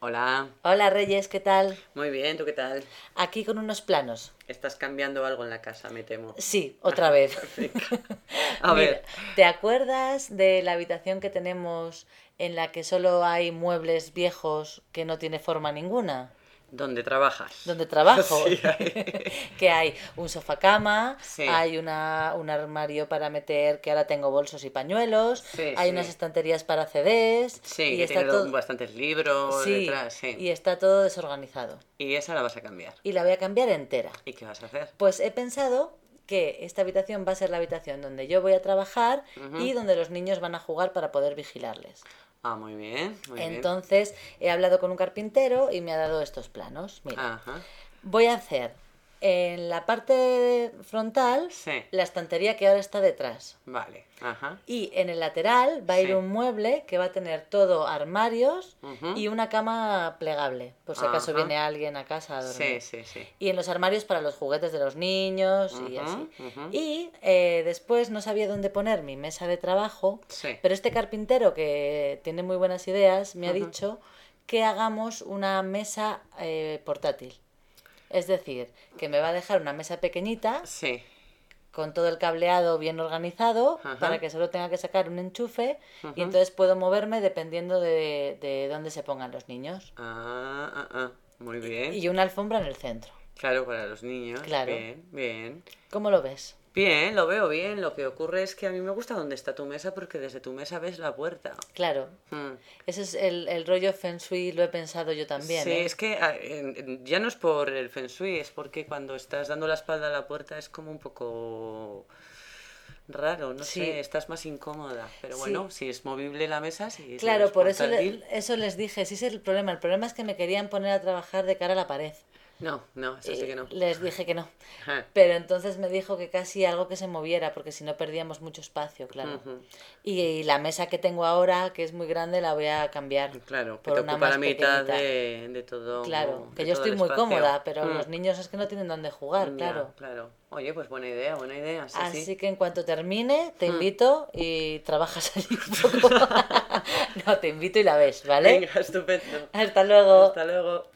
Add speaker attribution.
Speaker 1: Hola,
Speaker 2: Hola Reyes, ¿qué tal?
Speaker 1: muy bien, ¿tú qué tal?
Speaker 2: Aquí con unos planos.
Speaker 1: Estás cambiando algo en la casa, me temo.
Speaker 2: Sí, otra vez.
Speaker 1: A
Speaker 2: Mira,
Speaker 1: ver,
Speaker 2: ¿Te acuerdas de la habitación que tenemos en la que solo hay muebles viejos que no tiene forma ninguna?
Speaker 1: ¿dónde trabajas?
Speaker 2: Donde trabajo.
Speaker 1: Sí, ahí.
Speaker 2: que hay un sofá cama,
Speaker 1: Sí.
Speaker 2: hay una, un armario para meter, que ahora tengo bolsos y pañuelos,
Speaker 1: Sí,
Speaker 2: hay
Speaker 1: sí.
Speaker 2: unas estanterías para CDs,
Speaker 1: Sí,
Speaker 2: y
Speaker 1: que
Speaker 2: está
Speaker 1: tiene
Speaker 2: todo-
Speaker 1: bastantes libros
Speaker 2: Sí,
Speaker 1: detrás, sí.
Speaker 2: y está todo desorganizado.
Speaker 1: Y esa la vas a cambiar.
Speaker 2: Y la voy a cambiar entera.
Speaker 1: ¿Y qué vas a hacer?
Speaker 2: Pues he pensado que esta habitación va a ser la habitación donde yo voy a trabajar
Speaker 1: Ujú.
Speaker 2: y donde los niños van a jugar para poder vigilarles.
Speaker 1: Ah, muy bien, muy bien.
Speaker 2: Entonces he hablado con un carpintero y me ha dado estos planos. Mira,
Speaker 1: Ajá,
Speaker 2: voy a hacer en la parte frontal
Speaker 1: sí,
Speaker 2: la estantería que ahora está detrás.
Speaker 1: vale, ajá.
Speaker 2: Y en el lateral va a
Speaker 1: Sí.
Speaker 2: ir un mueble que va a tener todo armarios
Speaker 1: Ujú.
Speaker 2: y una cama plegable, por si acaso
Speaker 1: Ajá.
Speaker 2: viene alguien a casa a dormir.
Speaker 1: Sí, sí, sí.
Speaker 2: Y en los armarios para los juguetes de los niños y
Speaker 1: Ujú,
Speaker 2: así.
Speaker 1: ujú.
Speaker 2: Y eh, después no sabía dónde poner mi mesa de trabajo,
Speaker 1: Sí.
Speaker 2: pero este carpintero que tiene muy buenas ideas me ha
Speaker 1: Ujú.
Speaker 2: dicho que hagamos una mesa eh, portátil. Es decir, que me va a dejar una mesa pequeñita
Speaker 1: Sí,
Speaker 2: con todo el cableado bien organizado
Speaker 1: Ajá.
Speaker 2: para que solo tenga que sacar un enchufe
Speaker 1: Ujú.
Speaker 2: y entonces puedo moverme dependiendo de, de dónde se pongan los niños.
Speaker 1: ah, ah, ah, muy bien.
Speaker 2: Y una alfombra en el centro.
Speaker 1: Claro, para los niños.
Speaker 2: Claro.
Speaker 1: Bien, bien.
Speaker 2: ¿Cómo lo ves?
Speaker 1: Bien, lo veo bien. Lo que ocurre es que a mí me gusta dónde está tu mesa porque desde tu mesa ves la puerta.
Speaker 2: Claro,
Speaker 1: Mm.
Speaker 2: Ese es el, el rollo Feng Shui, lo he pensado yo también.
Speaker 1: sí,
Speaker 2: ¿eh?
Speaker 1: es que ah, en- en- ya no es por el feng shui, es porque cuando estás dando la espalda a la puerta es como un poco raro, no
Speaker 2: Sí.
Speaker 1: sé, estás más incómoda. Pero
Speaker 2: Sí.
Speaker 1: bueno, si es movible la mesa, si es
Speaker 2: claro, por eso, le-
Speaker 1: portátil-
Speaker 2: eso les dije, sí ese es el problema. El problema es que me querían poner a trabajar de cara a la pared.
Speaker 1: No, no, eso sí
Speaker 2: Eh,
Speaker 1: que no. Ah,
Speaker 2: Les dije que no.
Speaker 1: Ajá.
Speaker 2: Pero entonces me dijo que casi algo que se moviera, porque si no perdíamos mucho espacio, claro.
Speaker 1: Ujú.
Speaker 2: y, y la mesa que tengo ahora, que es muy grande, la voy a cambiar.
Speaker 1: Claro, que
Speaker 2: por
Speaker 1: te
Speaker 2: una
Speaker 1: ocupa
Speaker 2: más
Speaker 1: la mitad
Speaker 2: pequeñita.
Speaker 1: de, de todo.
Speaker 2: Claro,
Speaker 1: de
Speaker 2: que yo
Speaker 1: todo el
Speaker 2: estoy muy
Speaker 1: espacio.
Speaker 2: cómoda, pero
Speaker 1: Mm.
Speaker 2: los niños es que no tienen dónde jugar,
Speaker 1: Ya,
Speaker 2: claro.
Speaker 1: claro. Oye, pues buena idea, buena idea. Sí, Mm.
Speaker 2: Así
Speaker 1: sí.
Speaker 2: que en cuanto termine, te invito y trabajas allí un poco. no, te invito y la ves, ¿vale?
Speaker 1: Venga, estupendo.
Speaker 2: Hasta luego.
Speaker 1: Hasta luego.